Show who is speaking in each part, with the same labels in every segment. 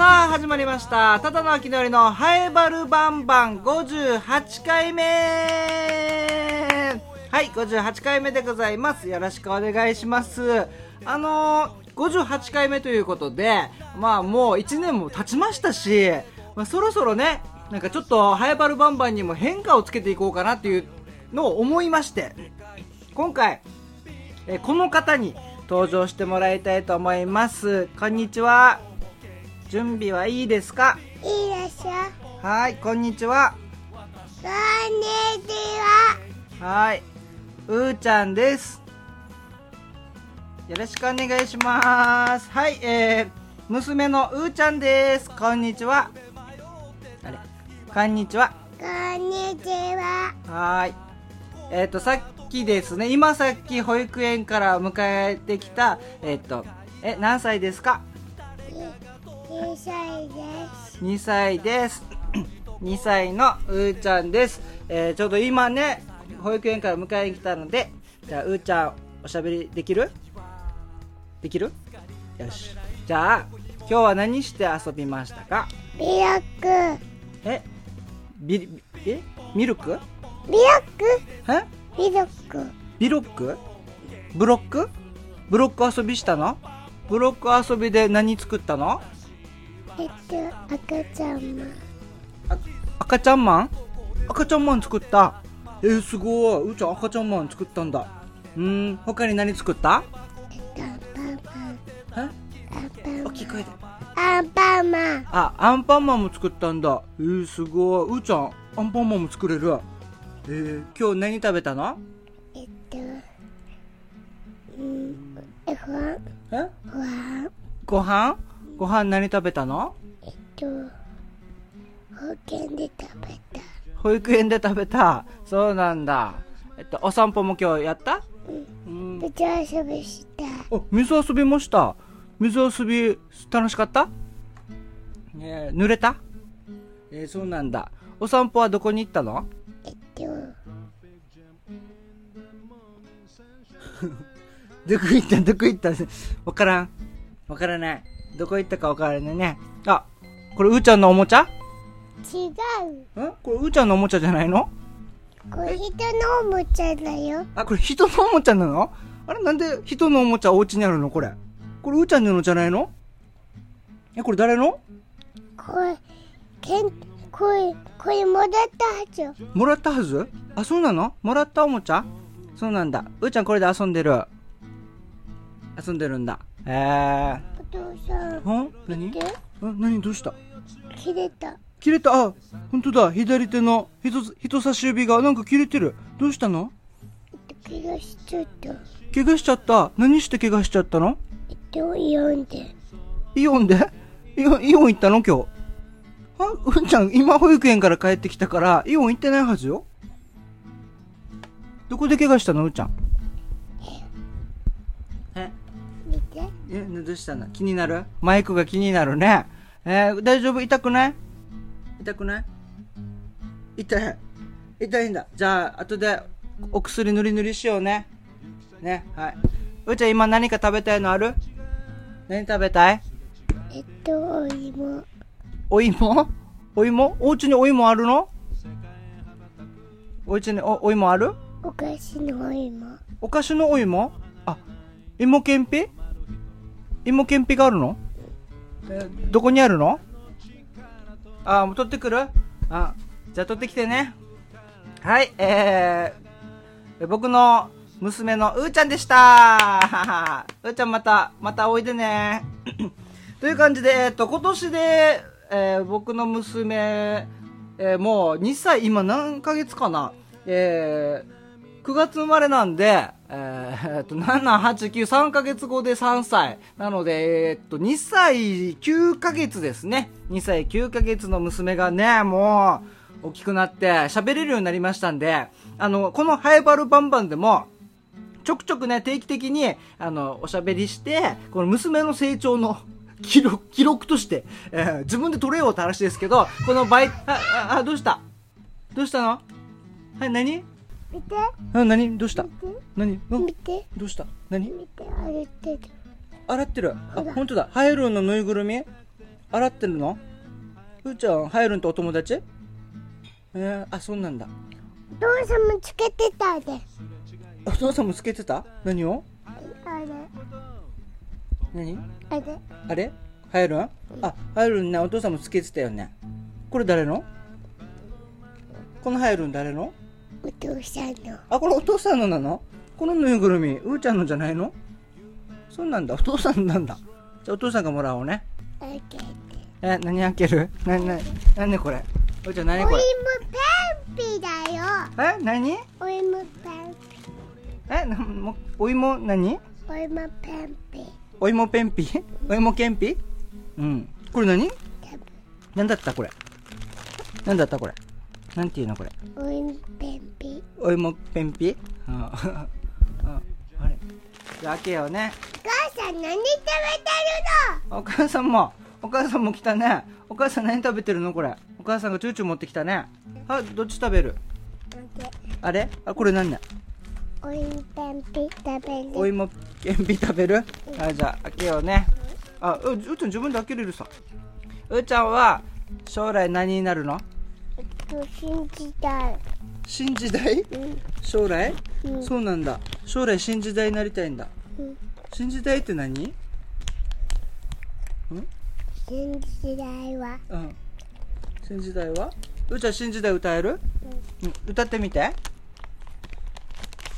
Speaker 1: あ始まりましたただの秋のりのハエバルバンバン58回目はい58回目でございますよろしくお願いしますあのー、58回目ということでまあもう1年も経ちましたし、まあ、そろそろねなんかちょっとハエバルバンバンにも変化をつけていこうかなっていうのを思いまして今回えーこの方に登場してもらいたいと思いますこんにちは準備はいいですか
Speaker 2: いいでしょ
Speaker 1: はいこんにちは
Speaker 2: こんにちは
Speaker 1: はいうーちゃんですよろしくお願いしますはいえー、娘のうーちゃんですこんにちはあれこんにちは
Speaker 2: こんにちは
Speaker 1: はーい。えっ、と、さっきですね、今さっき保育園から迎えてきた、えっ、と、え、何歳ですか
Speaker 2: 2歳です
Speaker 1: 2歳です。2歳のうーちゃんです。えーちょうど今ね、保育園から迎えに来たので、じゃあ、うーちゃん、おしゃべりできるできるよし。じゃあ、今日は何して遊びましたか
Speaker 2: ビロック
Speaker 1: え、ビリ、えミルク
Speaker 2: ビロック
Speaker 1: え
Speaker 2: ビロック
Speaker 1: ビロックブロックブロック遊びしたのブロック遊びで何作ったの
Speaker 2: えっと赤ちゃんも
Speaker 1: あ赤ちゃんマン赤ちゃんマン作ったえー、すごいうーちゃん赤ちゃんマン作ったんだうーん他に何作った
Speaker 2: えっとアンパンマン
Speaker 1: え
Speaker 2: アンパンマ
Speaker 1: 大きい声で
Speaker 2: ンアンパンマン
Speaker 1: あアンパンマンも作ったんだえー、すごいうーちゃんアンパンマンも作れるえー、今日何食べたの
Speaker 2: えっとうんえふわん
Speaker 1: え
Speaker 2: ふわんえっ
Speaker 1: ご飯ご飯何食べたの
Speaker 2: と保険で食べた
Speaker 1: 保育園で食べたそうなんだえっとお散歩も今日やったうん
Speaker 2: 部長遊びした
Speaker 1: あ水遊びました水遊び楽しかった、ねえ、濡れたえーそうなんだお散歩はどこに行ったの
Speaker 2: えっと
Speaker 1: どこ行ったどこ行ったわからんわからないどこ行ったかわからないねあこれうーちゃんのおもちゃん
Speaker 2: 違う
Speaker 1: これうーちゃんのおもちゃじゃないの
Speaker 2: これ人のおもちゃだよ
Speaker 1: あ、これ人のおもちゃなのあれなんで人のおもちゃお家にあるのこれ。これうーちゃんのじゃないのえ、これ誰の
Speaker 2: これ、けん、これ、これもらったはずよ。
Speaker 1: もらったはずあ、そうなのもらったおもちゃそうなんだ。うーちゃんこれで遊んでる。遊んでるんだ。えー。
Speaker 2: お父さん、
Speaker 1: ん何
Speaker 2: で
Speaker 1: え、何どうした
Speaker 2: 切れた。
Speaker 1: 切れた。あ、ほんとだ。左手の人さ人差し指がなんか切れてる。どうしたの
Speaker 2: えっと、気がしちゃった。
Speaker 1: 怪我しちゃった。何して怪我しちゃったの
Speaker 2: えっと、読んで。
Speaker 1: イオンでイオン、イオン行ったの今日。あ、うんちゃん、今保育園から帰ってきたから、イオン行ってないはずよ。どこで怪我したのうんちゃん。え、
Speaker 2: 見て。
Speaker 1: え、どうしたの気になるマイクが気になるね。えー大丈夫痛くない痛くない痛い。痛いんだ。じゃあ、後で、お薬塗り塗りしようね。ね、はい。うーちゃん、今何か食べたいのある何食べたい
Speaker 2: えっと、お芋。
Speaker 1: お芋お芋お家にお芋あるのお家におお芋ある
Speaker 2: お菓子のお芋。
Speaker 1: お菓子のお芋あ、芋けんぴ芋けんぴがあるのえーどこにあるのあ、もう取ってくるあ、じゃあ取ってきてね。はい、えー、僕の娘のうーちゃんでしたうーちゃんまた、 またおいでね。という感じで、えっと、今年で、えー僕の娘、えーもう2歳、今何ヶ月かなえー、9月生まれなんで、えーえっと、7、8、9、3ヶ月後で3歳。なので、えーっと、2歳9ヶ月ですね。2歳9ヶ月の娘がね、もう、大きくなって、喋れるようになりましたんで、あの、このハイバルバンバンでも、ちょくちょくね、定期的に、あの、おしゃべりして、この娘の成長の 記録、記録として、えー自分で取れようって話ですけど、このバイ、あ、あ、あどうしたどうしたのはい、何
Speaker 2: 見て、
Speaker 1: あ、何どうした何うん
Speaker 2: 見て、
Speaker 1: どうした何
Speaker 2: 見て、歩いてる。
Speaker 1: 洗ってる。あ、本当だ。ハエルンのぬいぐるみ洗ってるのふーちゃん入るんとお友達えー、あそうなんだ
Speaker 2: お父さんもつけてたで
Speaker 1: お父さんもつけてた何を
Speaker 2: あれ
Speaker 1: 何
Speaker 2: あれ
Speaker 1: あれ入るんあ入るんねお父さんもつけてたよねこれ誰のこの入るん誰の
Speaker 2: お父さんの
Speaker 1: あこれお父さんのなのこのぬいぐるみうーちゃんのじゃないのそうなんだお父さんなんだじゃあお父さんがもらおうね
Speaker 2: あげて
Speaker 1: え何開けるなななにこれうーちゃん
Speaker 2: お
Speaker 1: 何
Speaker 2: 芋
Speaker 1: これ
Speaker 2: パンピだよ
Speaker 1: え何
Speaker 2: お芋パン
Speaker 1: えなもお芋何
Speaker 2: ピお芋パンピ
Speaker 1: お芋ペンピ お芋けんぴうんこれ何
Speaker 2: 多分
Speaker 1: 何だったこれ何だったこれなんていうのこれ
Speaker 2: お芋パンピ
Speaker 1: お芋ペンピあああれじゃあ開けようね
Speaker 2: お母さん何食べてるの
Speaker 1: お母さんもお母さんも来たねお母さん何食べてるのこれお母さんがチューチュー持ってきたねあどっち食べるあれあこれ何だ
Speaker 2: お芋パンピ食べる
Speaker 1: お芋けんぴ食べるあじゃあ開けようねあううーちゃん自分で開けれるさうーちゃんは将来何になるの
Speaker 2: えっと信じたい
Speaker 1: 新時代
Speaker 2: うん
Speaker 1: 将来
Speaker 2: うん
Speaker 1: そうなんだ将来新時代になりたいんだ
Speaker 2: うん
Speaker 1: 新時代って何
Speaker 2: 信じたいわ
Speaker 1: うん新時代はうーちゃん新時代歌える、うん、歌ってみて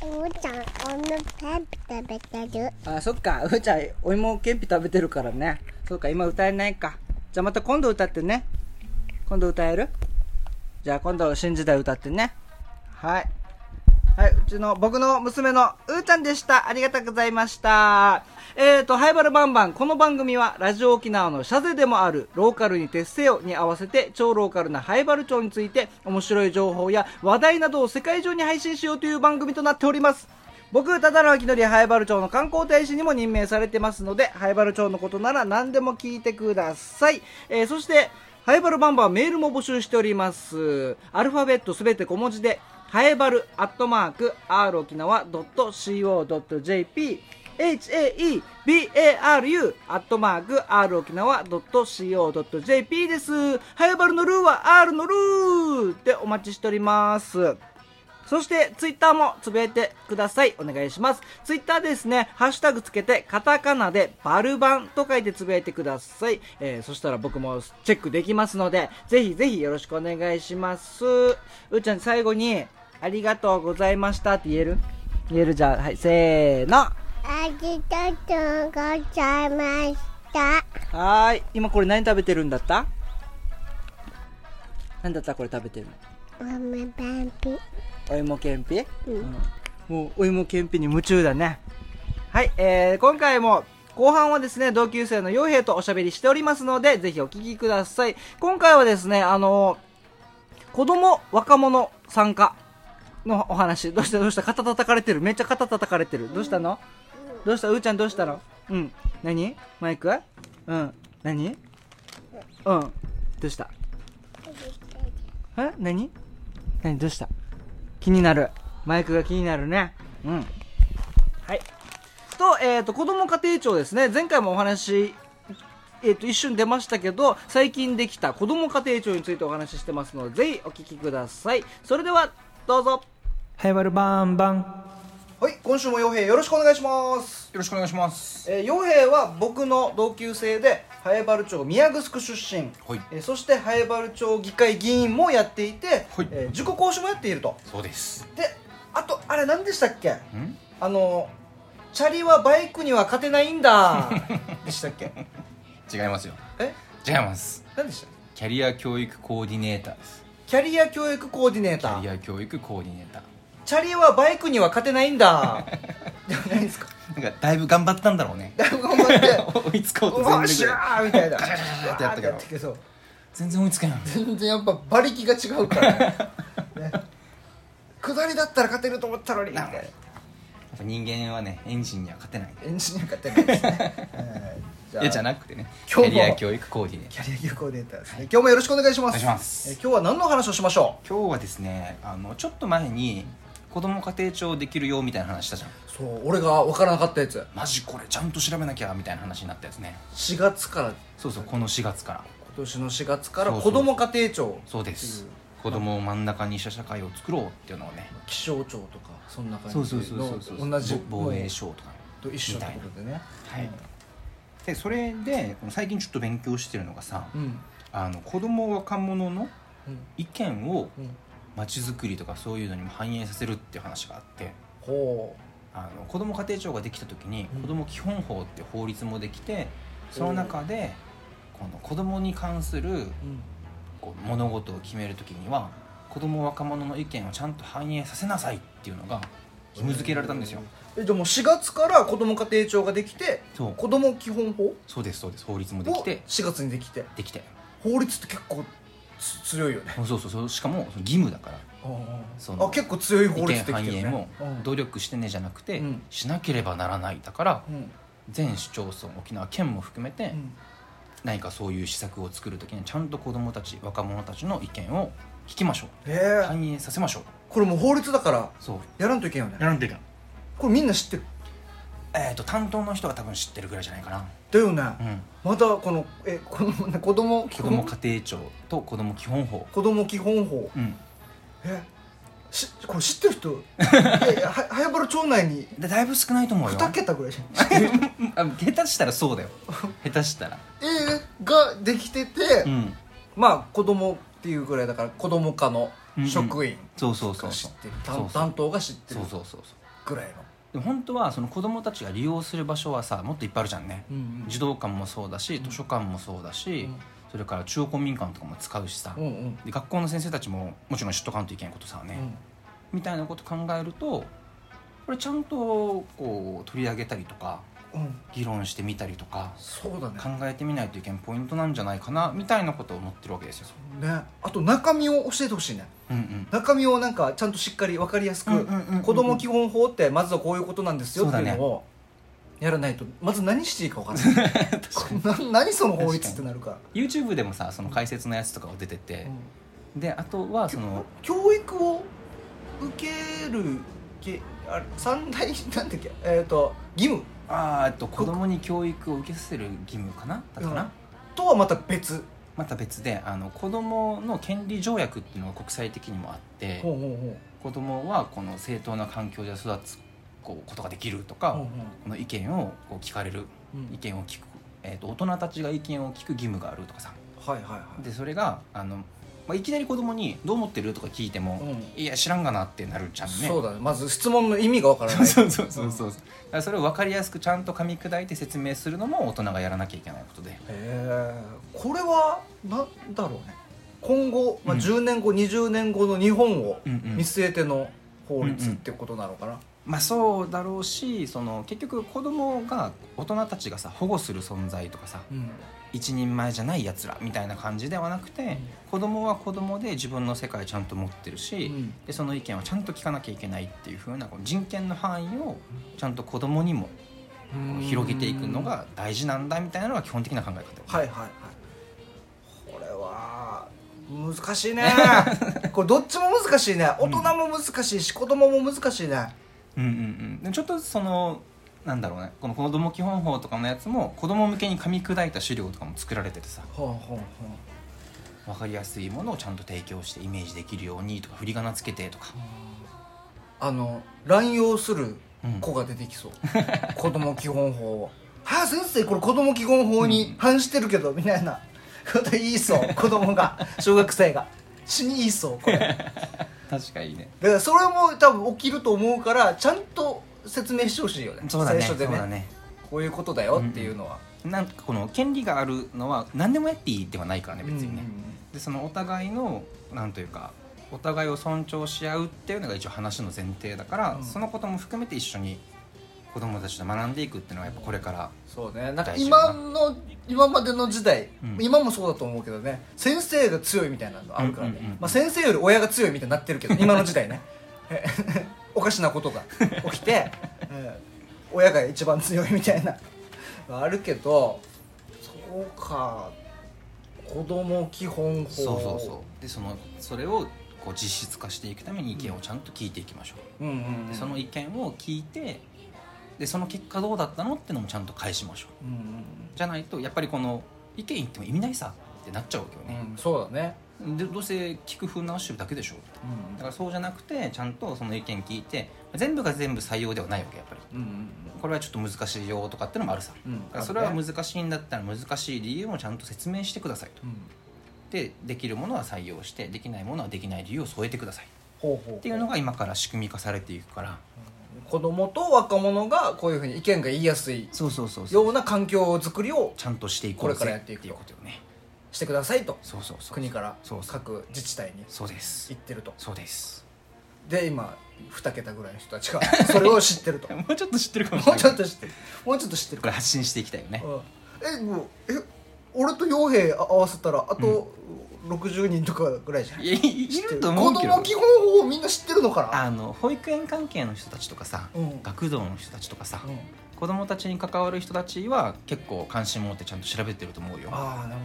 Speaker 2: おうちゃんお芋パンピ食べてる
Speaker 1: あそっかう ーちゃんお芋けんぴ食べてるからねそうか今歌えないかじゃあまた今度歌ってね今度歌えるじゃあ今度新時代歌ってねはいはいうちの僕の娘のうーちゃんでしたありがとうございましたえーと「ハイバルバンバン」この番組はラジオ沖縄の社税でもあるローカルに徹せよに合わせて超ローカルなハイバル町について面白い情報や話題などを世界中に配信しようという番組となっております僕、ただの秋のり、ハイバル町の観光大使にも任命されてますので、ハイバル町のことなら何でも聞いてください。えーそして、ハイバルバンバンメールも募集しております。アルファベットすべて小文字で、ハイバルアットマーク、r 沖縄 .co.jp、h-a-e-b-a-r-u アットマーク、r 沖縄 .co.jp です。ハイバルのルーは r のルーってお待ちしております。そして、ツイッターもつぶやいてください。お願いします。ツイッターですね、ハッシュタグつけて、カタカナでバルバンと書いてつぶやいてください。えー、そしたら僕もチェックできますので、ぜひぜひよろしくお願いします。うーちゃん、最後に、ありがとうございましたって言える言えるじゃあ、はい、せーの。は
Speaker 2: ありがとうございました。
Speaker 1: ーい。今これ何食べてるんだった何だったこれ食べてるの
Speaker 2: おめパンピ。
Speaker 1: お芋けんぴ
Speaker 2: うん。
Speaker 1: もうお芋けんぴに夢中だねはい、えー、今回も後半はですね同級生の傭兵とおしゃべりしておりますのでぜひお聞きください今回はですねあの子供若者参加のお話どうしたどうした肩叩かれてるめっちゃ肩叩かれてるどうしたのどうしたうーちゃんどうしたのうん何マイクうん何うんどうしたえ何何どうした気になるマイクが気になるねうんはいと,、えー、と子ども家庭庁ですね前回もお話えー、と一瞬出ましたけど最近できた子ども家庭庁についてお話ししてますのでぜひお聞きくださいそれではどうぞ
Speaker 3: ハイバルバンバン。よ
Speaker 1: はい今週も傭兵よろしくお願いします
Speaker 3: ろしくお願いします。
Speaker 1: えー、傭兵は僕の同級生で早原町宮城出身、
Speaker 4: はい
Speaker 1: えーそして早原町議会議員もやっていて、
Speaker 4: はい
Speaker 1: えー自己講師もやっていると
Speaker 4: そうです。
Speaker 1: であとあれ何でしたっけ
Speaker 4: ん？
Speaker 1: あのチャリはバイクには勝てないんだ でしたっけ
Speaker 4: 違いますよ。
Speaker 1: え
Speaker 4: 違います。
Speaker 1: 何でしたっけ
Speaker 4: キャリア教育コーディネーターです。
Speaker 1: キャリア教育コーディネー
Speaker 4: キ
Speaker 1: タ
Speaker 4: ャリ
Speaker 1: ー
Speaker 4: ア教育コーディネータ
Speaker 1: チャリはバイクには勝てないん だじゃないですか
Speaker 4: ー。なんかだいぶ頑張ったんだろうね。
Speaker 1: だいぶ頑張って
Speaker 4: 追いつこうと
Speaker 1: うわっ
Speaker 4: 全
Speaker 1: し
Speaker 4: 力で
Speaker 1: ゃーみたいな
Speaker 4: ガシャガシャガシャってやったけど
Speaker 1: わーけど
Speaker 4: 全然追いつかない。
Speaker 1: 全然やっぱ馬力が違うからねね下りだったら勝てると思ったのにみたいな
Speaker 4: なるやっぱ人間はねエンジンには勝てない。
Speaker 1: エンジニア勝てないですね、 えー
Speaker 4: いやじゃなくてね。キ
Speaker 1: 今日
Speaker 4: ャ
Speaker 1: も
Speaker 4: リア教育コーディネー
Speaker 1: キ
Speaker 4: ター。
Speaker 1: ャリア有効データですね、今日もよろしくお願いします
Speaker 4: お願いします
Speaker 1: えー今日は何の話をしましょ
Speaker 4: 今日はですねあのちょっと前に子供家庭庁できるよみたいな話したじゃん
Speaker 1: そう俺が分からなかったやつ
Speaker 4: マジこれちゃんと調べなきゃみたいな話になったやつね
Speaker 1: 4月から
Speaker 4: そうそうこの4月から
Speaker 1: 今年の4月から
Speaker 4: そう
Speaker 1: 子
Speaker 4: そう
Speaker 1: ども家庭庁
Speaker 4: そうです子供を真ん中にした社会を作ろうっていうのをね
Speaker 1: 気象庁とかそんな感じの同
Speaker 4: 同
Speaker 1: じ
Speaker 4: じ防衛省とか
Speaker 1: と一緒ってことでね
Speaker 4: はいでそれでこの最近ちょっと勉強してるのがさ、
Speaker 1: うん
Speaker 4: あの子供若者の
Speaker 1: うん
Speaker 4: 意見を
Speaker 1: うん
Speaker 4: 街づくりとかそういうのにも反映させるっていう話があって
Speaker 1: ほ
Speaker 4: あの子ども家庭庁ができた時に
Speaker 1: うん
Speaker 4: 子ども基本法って法律もできてその中でこの子どもに関する
Speaker 1: ううん
Speaker 4: こう物事を決める時には子ども若者の意見をちゃんと反映させなさいっていうのが義務付けられたんですよ
Speaker 1: えでも4月から子ども家庭庁ができて
Speaker 4: そう
Speaker 1: 子ども基本法を
Speaker 4: そうですそうです法律もできて
Speaker 1: 4月にできて
Speaker 4: できて
Speaker 1: 法律って結構つ強いよね
Speaker 4: そうそうそうしかもその義務だからその
Speaker 1: あ結構強い
Speaker 4: 意
Speaker 1: 法
Speaker 4: 見
Speaker 1: 律でき
Speaker 4: 反
Speaker 1: て
Speaker 4: 映
Speaker 1: る
Speaker 4: も
Speaker 1: ねうん
Speaker 4: 努力してねじゃなくて
Speaker 1: うん
Speaker 4: しなければならないだから
Speaker 1: うん
Speaker 4: 全市町村沖縄県も含めて
Speaker 1: うん
Speaker 4: 何かそういう施策を作る時にちゃんと子どもたち若者たちの意見を聞きましょ
Speaker 1: え
Speaker 4: う
Speaker 1: ー
Speaker 4: 反映させましょう
Speaker 1: これもう法律だから
Speaker 4: そう
Speaker 1: やらんといけんよね
Speaker 4: らんといけん
Speaker 1: これみんな知ってる
Speaker 4: えっと担当の人が多分知ってるぐらいじゃないかな
Speaker 1: だよね
Speaker 4: うん
Speaker 1: またこのえこのね子供基
Speaker 4: 子
Speaker 1: 本
Speaker 4: ども家庭庁と子ども基本法
Speaker 1: 子供基本法
Speaker 4: うん
Speaker 1: えしこれ知ってる 人いやいやは早原町内に
Speaker 4: でだいぶ少ないと思うよ
Speaker 1: 2桁ぐらいじ ゃん知ってる人
Speaker 4: うんあ下手したらそうだよ下手したら
Speaker 1: えーができてて、
Speaker 4: うん
Speaker 1: まあ子供っていうぐらいだから子供課の職員
Speaker 4: そうそうそ
Speaker 1: が
Speaker 4: う
Speaker 1: 知
Speaker 4: そ
Speaker 1: っ
Speaker 4: う
Speaker 1: てる
Speaker 4: そう
Speaker 1: 担担当が知ってる
Speaker 4: そうそうそうそう
Speaker 1: ぐらいの
Speaker 4: でも本当はその子供たちが利用する場所はさもっといっぱいあるじゃんね、
Speaker 1: うん
Speaker 4: 児童館もそうだし図書館もそうだし、
Speaker 1: うん
Speaker 4: それから中央公民館とかも使うしさ、
Speaker 1: うんうん
Speaker 4: で学校の先生たちももちろん知っとかんといけんことさね、みたいなこと考えるとこれちゃんとこう取り上げたりとか
Speaker 1: うんうん
Speaker 4: 議論してみたりとか
Speaker 1: そうだね
Speaker 4: 考えてみないといけんポイントなんじゃないかなみたいなことを思ってるわけですよ。
Speaker 1: ねあと中身を教えてほしいね
Speaker 4: うんうん、
Speaker 1: 中身をなんかちゃんとしっかり分かりやすく、
Speaker 4: うんうんうんうん
Speaker 1: 子供基本法ってまずはこういうことなんですよっていうのをやらないとまず何していいか分か らない な何その法律ってなるから
Speaker 4: YouTube でもさその解説のやつとかを出てて、であとはその
Speaker 1: 教育を受けるけあれ三大なんだっけえっ、と義務
Speaker 4: あーえっと子供に教育を受けさせる義務かなだったかな、
Speaker 1: うんとはまた別
Speaker 4: また別であの子供の権利条約っていうのが国際的にもあって、
Speaker 1: ほうほうほ
Speaker 4: 子供はこの正当な環境で育つこうことができるとか、
Speaker 1: うほうほ
Speaker 4: この意見をこう聞かれる、
Speaker 1: ううん
Speaker 4: 意見を聞く、えー、と大人たちが意見を聞く義務があるとかさ
Speaker 1: はいはいはい
Speaker 4: でそれがあの、まあ、いきなり子供に「どう思ってる?」とか聞いても
Speaker 1: うん
Speaker 4: 「いや知らんがな」ってなるじゃんね。
Speaker 1: そうだねまず質問の意味が分からない
Speaker 4: そうそうそうそうだからそれを分かりやすくちゃんと噛み砕いて説明するのも大人がやらなきゃいけないことで
Speaker 1: えーこれはなんだろうね今後、まあ、
Speaker 4: うん
Speaker 1: 10年後、20年後の日本を
Speaker 4: うんうん
Speaker 1: 見据えての法律ってことなのかな、
Speaker 4: まあそうだろうしその結局子供が大人たちがさ保護する存在とかさ
Speaker 1: うん
Speaker 4: 一人前じゃないやつらみたいな感じではなくて、子供は子供で自分の世界ちゃんと持ってるし、
Speaker 1: うん
Speaker 4: でその意見をちゃんと聞かなきゃいけないっていう風なこう人権の範囲をちゃんと子供にもこう広げていくのが大事なんだみたいなのが基本的な考え方
Speaker 1: はいはいはいこれは難しい ねこれどっちも難しいね大人も難しいし、子供も難しいね
Speaker 4: うんうんうん、でちょっとそのなんだろうねこの子ども基本法とかのやつも子ども向けに噛み砕いた資料とかも作られててさ
Speaker 1: ほうほうほう
Speaker 4: 分かりやすいものをちゃんと提供してイメージできるようにとか振り仮名つけてとか、
Speaker 1: あの乱用する
Speaker 4: うん
Speaker 1: 子が出てきそう、子供基本法を「はあ先生これ子供基本法に反してるけど」みたいなこと言いそう子供が小学生が死に言いそうこれだか
Speaker 4: 確かにね
Speaker 1: らそれも多分起きると思うからちゃんと説明してほしいよね
Speaker 4: そうだね
Speaker 1: 最初で
Speaker 4: そう
Speaker 1: ね
Speaker 4: だね
Speaker 1: こういうことだよっていうのは、
Speaker 4: なんかこの権利があるのは何でもやっていいではないからね別にね、
Speaker 1: うんうんうん
Speaker 4: でそのお互いのなんというかお互いを尊重し合うっていうのが一応話の前提だから、
Speaker 1: うん
Speaker 4: そのことも含めて一緒に子供たちと学んでいくっていうのはやっぱこれから
Speaker 1: そうねなんか
Speaker 4: 大丈
Speaker 1: 今
Speaker 4: 夫
Speaker 1: の今までの時代、
Speaker 4: うん
Speaker 1: 今もそうだと思うけどね先生が強いみたいなのあるからね、
Speaker 4: うんうんうんうん
Speaker 1: まあ、先生より親が強いみたいになってるけ ど今の時代ね えおかしなことが起きて、えー親が一番強いみたいなあるけどそうか子供基本法
Speaker 4: そうそうそうでそのそれをこう実質化していくために意見をちゃんと聞いていきましょ
Speaker 1: うんうん
Speaker 4: う、
Speaker 1: うん
Speaker 4: でその意見を聞いてでその結果どうだったのってのもちゃんと返しましょう
Speaker 1: うん
Speaker 4: じゃないとやっぱりこの意見言っても意味ないさってなっちゃうわけよ
Speaker 1: う
Speaker 4: ね、
Speaker 1: んうんそうだね
Speaker 4: でどうせ聞く風なしてるだけでしょだからそうじゃなくてちゃんとその意見聞いて全部が全部採用ではないわけやっぱり
Speaker 1: うんうん
Speaker 4: これはちょっと難しいよとかってのもあるさ、
Speaker 1: うん
Speaker 4: だからそれは難しいんだったら難しい理由もちゃんと説明してくださいと
Speaker 1: うん
Speaker 4: でできるものは採用してできないものはできない理由を添えてくださいっ
Speaker 1: ほうほう
Speaker 4: ていうのが今から仕組み化されていくから
Speaker 1: 子供と若者がこういうふうに意見が言いやすい
Speaker 4: そうそうそう
Speaker 1: ような環境づくりを
Speaker 4: ちゃんとしていこうぜ
Speaker 1: これからやっていくと
Speaker 4: いうことよね
Speaker 1: してくださいと
Speaker 4: そうそうそう
Speaker 1: 国から
Speaker 4: そうそう
Speaker 1: 各自治体に
Speaker 4: そうです
Speaker 1: 言ってると
Speaker 4: そうです
Speaker 1: で今2桁ぐらいの人たち がそれを知ってるとも
Speaker 4: もうちょっと知ってるかもしれ
Speaker 1: う
Speaker 4: ない
Speaker 1: ちょっと知ってるもうちょっと知ってる
Speaker 4: これ発信していきたいよね
Speaker 1: うんえもうえ俺と傭兵合わせたらあと60人とかぐらいじゃない
Speaker 4: いやいいると思う
Speaker 1: 子
Speaker 4: け
Speaker 1: 供
Speaker 4: ど
Speaker 1: 基本法みんな知ってるのかな
Speaker 4: あの保育園関係の人たちとかさ、
Speaker 1: うん
Speaker 4: 学童の人たちとかさ、
Speaker 1: うん
Speaker 4: 子供たちに関わる人たちは結構関心持ってちゃんと調べてると思うよ
Speaker 1: ああなる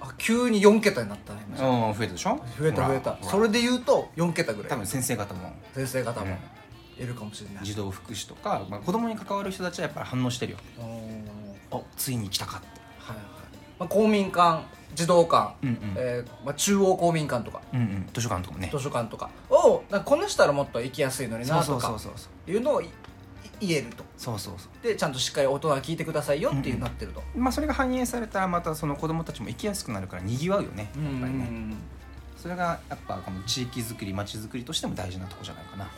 Speaker 1: ほどあ急に4桁になったね
Speaker 4: うん増えたでしょ
Speaker 1: 増えた
Speaker 4: ほ
Speaker 1: 増
Speaker 4: ら
Speaker 1: えた
Speaker 4: ほら
Speaker 1: それで言うと4桁ぐらい
Speaker 4: 多分先生方も
Speaker 1: 先生方
Speaker 4: う
Speaker 1: も
Speaker 4: ん
Speaker 1: いるかもしれない
Speaker 4: 児童福祉とか、まあ、子供に関わる人たちはやっぱり反応してるよ
Speaker 1: おー
Speaker 4: あついに来たかって
Speaker 1: はいはいまあ、公民館児童館、
Speaker 4: うんうん
Speaker 1: えーまあ、中央公民館とか
Speaker 4: うんうん図書館とかもね
Speaker 1: 図書館とかをなんかこんなしたらもっと行きやすいのに
Speaker 4: そ
Speaker 1: な
Speaker 4: うそ
Speaker 1: と
Speaker 4: うそう
Speaker 1: か
Speaker 4: そうそう
Speaker 1: いうのをいい言えると
Speaker 4: そうそうそ
Speaker 1: でちゃんとしっかり大人は聞いてくださいよっていう
Speaker 4: うん
Speaker 1: なってると、
Speaker 4: うまあそれが反映されたらまたその子供たちも行きやすくなるからにぎわうよね
Speaker 1: うん
Speaker 4: やっぱり
Speaker 1: う
Speaker 4: ね、
Speaker 1: ん
Speaker 4: それがやっぱこの地域づくり町づくりとしても大事なとこじゃないかな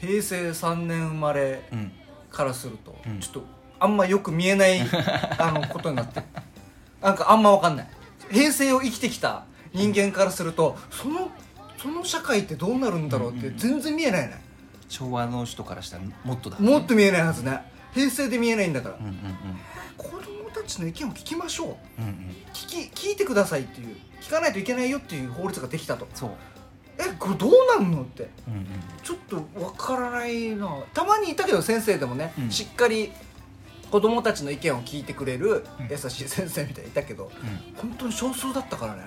Speaker 1: 平成3年生まれ
Speaker 4: うん
Speaker 1: からすると、
Speaker 4: うん
Speaker 1: ちょっとあんまよく見えない あのことになってるなんかあんまわかんない平成を生きてきた人間からするとそのその社会ってどうなるんだろうって全然見えないね、
Speaker 4: 昭和の人からしたらもっとだ、
Speaker 1: もっと見えないはずね平成で見えないんだから、
Speaker 4: うんうん
Speaker 1: 子供たちの意見を聞きましょう
Speaker 4: うんうんうん
Speaker 1: 聞き聞いてくださいっていう聞かないといけないよっていう法律ができたと
Speaker 4: そう
Speaker 1: えこれどうなんのって
Speaker 4: うんうん
Speaker 1: ちょっとわからないなたまにいたけど先生でもね、
Speaker 4: うん
Speaker 1: しっかり子供たちの意見を聞いてくれる
Speaker 4: うん
Speaker 1: 優しい先生みたいにいたけど
Speaker 4: うん
Speaker 1: 本当に少数だったからね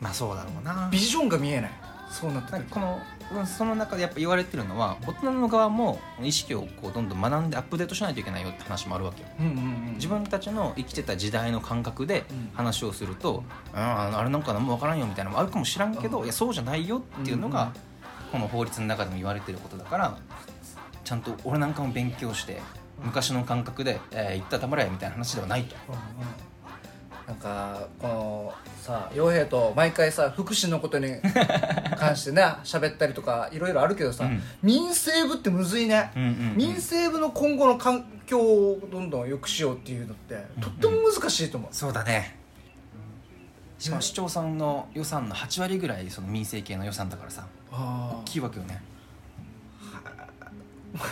Speaker 4: まあそうだろうな
Speaker 1: ビジョンが見えないそうなった
Speaker 4: なん
Speaker 1: 時
Speaker 4: かこのうんその中でやっぱ言われてるのは大人の側も意識をこうどんどん学んでアップデートしないといけないよって話もあるわけよ
Speaker 1: うんうんうん
Speaker 4: 自分たちの生きてた時代の感覚で
Speaker 1: うん
Speaker 4: 話をすると、うん、あれなんか何も分からんよみたいなのもあるかもしらんけど、
Speaker 1: うん
Speaker 4: いやそうじゃないよっていうの
Speaker 1: う
Speaker 4: が、
Speaker 1: んうん
Speaker 4: この法律の中でも言われてることだからちゃんと俺なんかも勉強して昔の感覚で、えー言ったらたまらやみたいな話ではないと。
Speaker 1: なんかこのさ傭兵と毎回さ福祉のこと に関してね喋ったりとかいろいろあるけどさ、
Speaker 4: うん
Speaker 1: 民生部ってむずいね、
Speaker 4: うんうんうん
Speaker 1: 民生部の今後の環境をどんどん良くしようっていうのってとっても難しいと思う、
Speaker 4: そうだねしかも市長さんの予算の8割ぐらいその民生系の予算だからさ
Speaker 1: あ
Speaker 4: 大きいわけよね、
Speaker 1: あ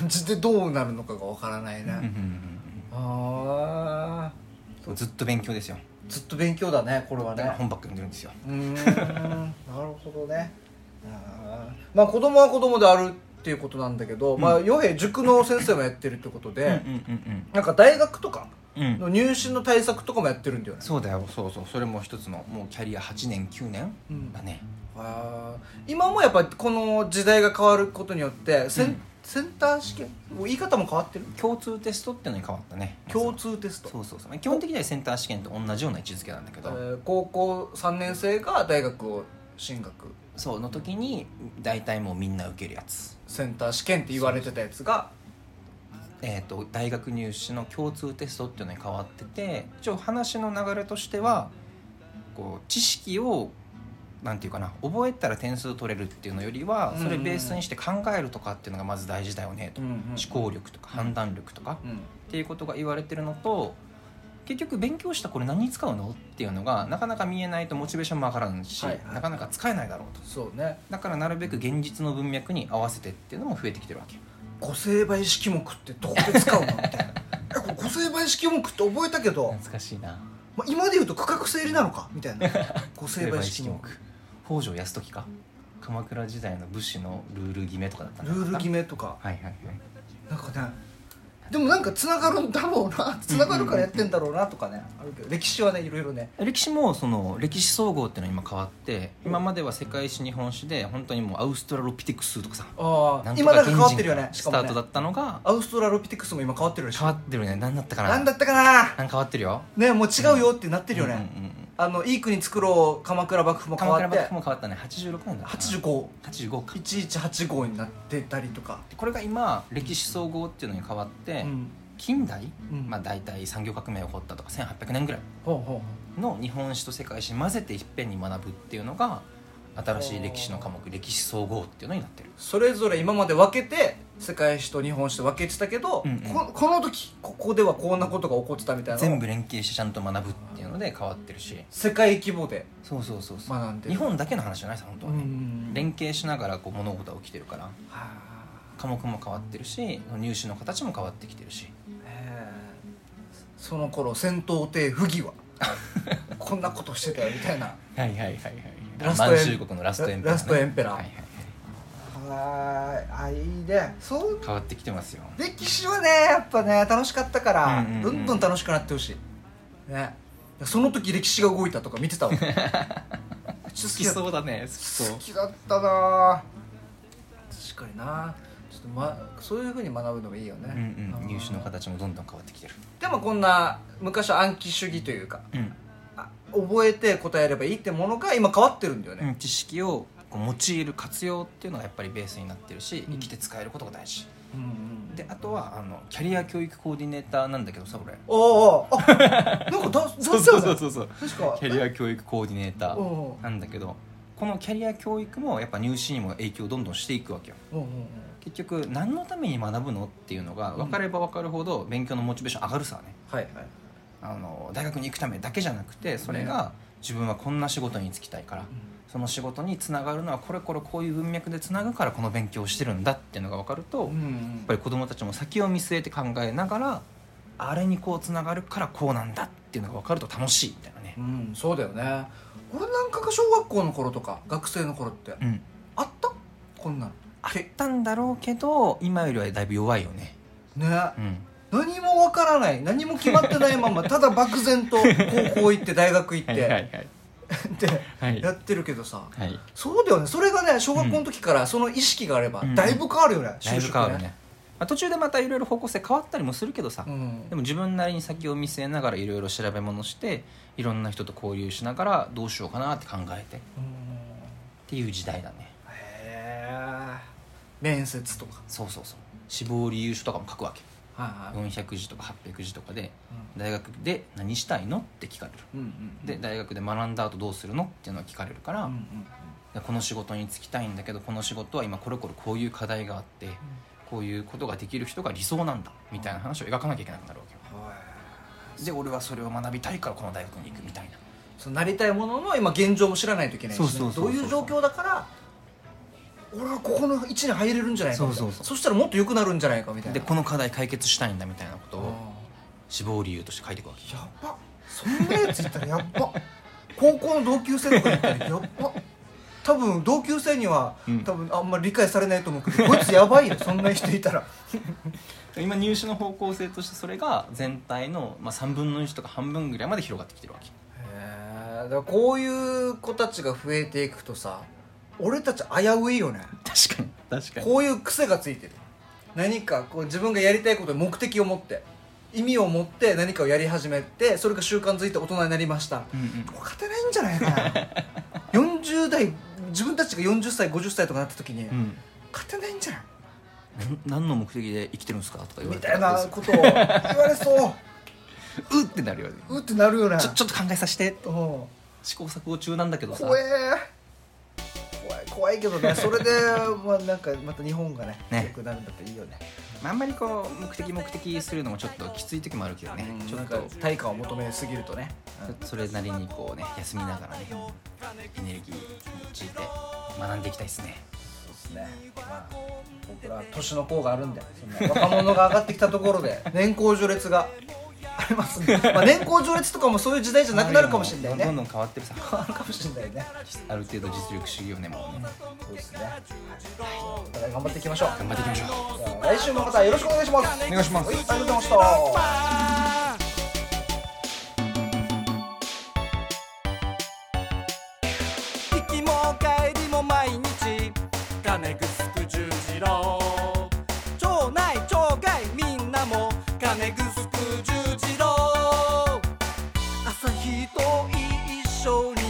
Speaker 1: マジでどうなるのかがわからないね、
Speaker 4: うんうんうん
Speaker 1: ああ
Speaker 4: うん、ずっと勉強ですよ
Speaker 1: ずっと勉強だねこれは
Speaker 4: だから
Speaker 1: ね
Speaker 4: 本ばっか読んでるんですよ
Speaker 1: うーんなるほどねあーまあ子供は子供であるっていうことなんだけど、まあ傭兵塾の先生もやってるってことで、
Speaker 4: うん
Speaker 1: なんか大学とか
Speaker 4: うんうんうん
Speaker 1: の入試の対策とかもやってるんだよね
Speaker 4: そうだよそうそうそれも一つのもうキャリア8年9年だね、
Speaker 1: あー今もやっぱこの時代が変わることによってセン,、
Speaker 4: うん
Speaker 1: センター試験もう言い方も変わってる
Speaker 4: 共通テストっていうのに変わったね
Speaker 1: 共通テスト、
Speaker 4: そうそうそう基本的にはセンター試験と同じような位置づけなんだけ
Speaker 1: え
Speaker 4: ど、
Speaker 1: ー高校3年生が大学を進学
Speaker 4: そうの時に大体もうみんな受けるやつ
Speaker 1: センター試験って言われてたやつが
Speaker 4: えー、と大学入試の共通テストっていうのに変わってて一応話の流れとしてはこう知識をなんていうかな覚えたら点数取れるっていうのよりは
Speaker 1: うん
Speaker 4: それベースにして考えるとかっていうのがまず大事だよねと、思考力とか判断力とか、
Speaker 1: うん
Speaker 4: っていうことが言われてるのと結局勉強したこれ何に使うのっていうのがなかなか見えないとモチベーションも上がらんし、
Speaker 1: はいはい
Speaker 4: なかなか使えないだろうと
Speaker 1: そうね
Speaker 4: だからなるべく現実の文脈に合わせてっていうのも増えてきてるわけ
Speaker 1: 五成倍式目ってどこで使うのみたい なえこれ五成倍式目って覚えたけど、
Speaker 4: 懐かしいな
Speaker 1: まあ、今で言うと区画整理なのかみた いな五成
Speaker 4: 成
Speaker 1: 倍
Speaker 4: 敗
Speaker 1: 式
Speaker 4: 式
Speaker 1: 目
Speaker 4: 目北条泰時か鎌倉時代の武士のルール決めとかだったん
Speaker 1: ルール決
Speaker 4: め
Speaker 1: めとか
Speaker 4: はいはいはい
Speaker 1: なんかねでもなんかつながるんだろうなつながるからやってんだろうなとかねあるけど歴史はねいろいろね
Speaker 4: 歴史もその歴史総合っていうのが今変わって今までは世界史日本史で本当にもうアウストラロピテクスとかさ
Speaker 1: あ
Speaker 4: な
Speaker 1: あ
Speaker 4: んと
Speaker 1: 今
Speaker 4: か
Speaker 1: なんか
Speaker 4: 原
Speaker 1: 変わっ
Speaker 4: 人
Speaker 1: てるよね
Speaker 4: が
Speaker 1: し
Speaker 4: ス
Speaker 1: か
Speaker 4: タ
Speaker 1: も
Speaker 4: ー
Speaker 1: ね
Speaker 4: トだったのが
Speaker 1: アウストラロピテクスも今変わってるでし
Speaker 4: 変
Speaker 1: ょ
Speaker 4: わってるね何だったかな
Speaker 1: なんだったかな
Speaker 4: なんか変わってるよ
Speaker 1: ねもう違うよってなってるよね、
Speaker 4: うんうんうん
Speaker 1: あのいい国作ろう鎌倉幕府も変
Speaker 4: 鎌
Speaker 1: わ
Speaker 4: 倉
Speaker 1: って
Speaker 4: 幕府も変わったね86年だ
Speaker 1: 85
Speaker 4: 85か
Speaker 1: 1185になってたりとか、
Speaker 4: これが今歴史総合っていうのに変わって、
Speaker 1: うん、
Speaker 4: 近代、
Speaker 1: うん
Speaker 4: まあ、大体産業革命が起こったとか1800年ぐらい
Speaker 1: ほうほうほ
Speaker 4: の日本史と世界史混ぜていっぺんに学ぶっていうのが新しい歴史の科目歴史総合っていうのになってる
Speaker 1: うそれぞれ今まで分けて世界史と日本史と分けてたけど、
Speaker 4: うんうん
Speaker 1: ここの時ここではこんなことが起こってたみたいな
Speaker 4: 全部連携してちゃんと学ぶっていうので変わってるし
Speaker 1: 世界規模で
Speaker 4: そうそうそうそう、
Speaker 1: 学んでる
Speaker 4: 日本だけの話じゃないです本当はね、
Speaker 1: うん
Speaker 4: 連携しながらこう物事が起きてるから
Speaker 1: は
Speaker 4: 科目も変わってるし入試の形も変わってきてるし
Speaker 1: あへえその頃戦闘艇不 義はこんなことしてたよみたいな
Speaker 4: はいはいはいはい
Speaker 1: ラストエン
Speaker 4: 満州国のラストエンペラーね、
Speaker 1: ラストエンペラー
Speaker 4: はいはいはい
Speaker 1: はいあいいねそう
Speaker 4: 変わってきてますよ
Speaker 1: 歴史はねやっぱね楽しかったから、
Speaker 4: うんうんうん
Speaker 1: どんどん楽しくなってほしいねその時歴史が動いたとか見て たわ好
Speaker 4: 好きそうだね好きそう
Speaker 1: 好きだったな確かになちょっと、ま、そういうふうに学ぶのがいいよね、
Speaker 4: うんうん、入試の
Speaker 1: 方
Speaker 4: 形もどんどん変わってきてる、
Speaker 1: でもこんな昔は暗記主義というか
Speaker 4: うん
Speaker 1: あ覚えて答えればいいってものが今変わってるんだよ
Speaker 4: う
Speaker 1: ね、
Speaker 4: ん知識をこう用いる活用っていうのがやっぱりベースになってるし、
Speaker 1: うん
Speaker 4: 生きて使えることが大事
Speaker 1: うんうん、
Speaker 4: であとはあのキャリア教育コーディネーターなんだけどさ俺
Speaker 1: おうおうあなんかだ
Speaker 4: そう
Speaker 1: 男性
Speaker 4: そう
Speaker 1: だ
Speaker 4: そう
Speaker 1: よ
Speaker 4: そうそう
Speaker 1: 確か
Speaker 4: キャリア教育コーディネータ
Speaker 1: お
Speaker 4: ーなんだけどこのキャリア教育もやっぱ入試にも影響をどんどんしていくわけよ
Speaker 1: うんうんうん
Speaker 4: 結局何のために学ぶのっていうのが分かれば分かるほど勉強のモチベーション上がるさね
Speaker 1: はいはい
Speaker 4: あの大学に行くためだけじゃなくてそれが自分はこんな仕事に就きたいから、その仕事につながるのはこれこれこういう文脈でつなぐからこの勉強をしてるんだっていうのが分かると、
Speaker 1: う
Speaker 4: やっ
Speaker 1: ん
Speaker 4: ぱり子どもたちも先を見据えて考えながらあれにこうつながるからこうなんだっていうのが分かると楽しいみたいなね
Speaker 1: う、んそうだよね俺なんかが小学校の頃とか学生の頃って
Speaker 4: うん、
Speaker 1: あったこんなの
Speaker 4: あったんだろうけど今よりはだいぶ弱いよね、
Speaker 1: ね
Speaker 4: うん、
Speaker 1: 何もわからない何も決まってないま まただ漠然と高校行って大学行っ
Speaker 4: はいはいは
Speaker 1: て
Speaker 4: い
Speaker 1: って
Speaker 4: はい
Speaker 1: やってるけどさ
Speaker 4: はい
Speaker 1: そうだよねそれがね小学校の時からその意識があれば
Speaker 4: うん
Speaker 1: だいぶ変わるよね
Speaker 4: だい
Speaker 1: 就
Speaker 4: ぶ
Speaker 1: 職
Speaker 4: 変わるね、まあ、途中でまたいろいろ方向性変わったりもするけどさ、
Speaker 1: うん
Speaker 4: でも自分なりに先を見据えながらいろいろ調べ物していろんな人と交流しながらどうしようかなって考えてっ
Speaker 1: うん
Speaker 4: ていう時代だね
Speaker 1: へえ面接とか
Speaker 4: そうそうそう志望理由書とかも書くわけ
Speaker 1: はいはい
Speaker 4: 400字とか800字とかで大学で何したいのって聞かれる
Speaker 1: うんうん
Speaker 4: で大学で学んだ後どうするのっていうのを聞かれるから、
Speaker 1: うんうん
Speaker 4: でこの仕事に就きたいんだけどこの仕事は今これこれこういう課題があって、こういうことができる人が理想なんだみたいな話を描かなきゃいけなくなるわけよで俺はそれを学びたいからこの大学に行くみたいな
Speaker 1: そのなりたいものの今現状も知らないといけないしね
Speaker 4: そうそうそう
Speaker 1: ど
Speaker 4: そう
Speaker 1: ういう状況だから俺はここの位置に入れるんじゃないかみたいな
Speaker 4: そうそうそう
Speaker 1: したらもっと良くなるんじゃないかみたいな
Speaker 4: でこの課題解決したいんだみたいなこと
Speaker 1: あ
Speaker 4: を志望理由として書いていくわけ
Speaker 1: ーやばそんなやついたらやっば 高校の同級生とかにいたらやっば多分同級生には、
Speaker 4: うん
Speaker 1: 多分あんまり理解されないと思うけどこいつやばいよそんな人いたら
Speaker 4: 今入試の方向性としてそれが全体の、まあ、3分の1とか半分ぐらいまで広がってきてるわけ
Speaker 1: へえだからこういう子たちが増えていくとさ俺たち危ういよね
Speaker 4: 確かに確か
Speaker 1: こういう癖がついてる何かこう自分がやりたいことに目的を持って意味を持って何かをやり始めてそれが習慣づいて大人になりました、
Speaker 4: うんうん
Speaker 1: これ勝てないんじゃないか な40代自分たちが40歳50歳とかなった時に、
Speaker 4: うん
Speaker 1: 勝てないんじゃない
Speaker 4: な何の目的で生きてるんですかとか言わ
Speaker 1: み
Speaker 4: れた
Speaker 1: たい
Speaker 4: ら
Speaker 1: なことを言われそう
Speaker 4: ってなるよね
Speaker 1: ううってなるよね
Speaker 4: ちょちょっと考えさせて
Speaker 1: うん
Speaker 4: 試行錯誤中なんだけどさ
Speaker 1: 怖え怖い怖いけど ねそれでまあなんかまた日本がね
Speaker 4: ね
Speaker 1: 良くなるんだったらいいよね
Speaker 4: まああんまりこう目的目的するのもちょっときつい時もあるけどね
Speaker 1: ち
Speaker 4: ち
Speaker 1: ょ
Speaker 4: ょ
Speaker 1: っ
Speaker 4: っ
Speaker 1: と
Speaker 4: と
Speaker 1: 対価を求めすぎるとね、うん
Speaker 4: それなりにこうね休みながらねエネルギー用いて学んでいきたいですね
Speaker 1: ですね、まあ、 僕らは年の功があるんでそんな若者が上がってきたところで年功序列がありますね、まあ、年功序列とかもそういう時代じゃなくなるかもしれない
Speaker 4: どん
Speaker 1: ね
Speaker 4: どん変わってるさ
Speaker 1: 変わるかもしれないね
Speaker 4: ある程度実力主義よねもうね
Speaker 1: そうですねはいお互い頑張っていきましょう
Speaker 4: 頑張っていきましょう
Speaker 1: じゃあ来週もまたよろしくお願いします
Speaker 4: お願いします
Speaker 1: はいありがとうございました
Speaker 5: 行きも帰りも毎日金ぐすく十字路町内町外みんなも金ぐすく十字路朝日と一緒に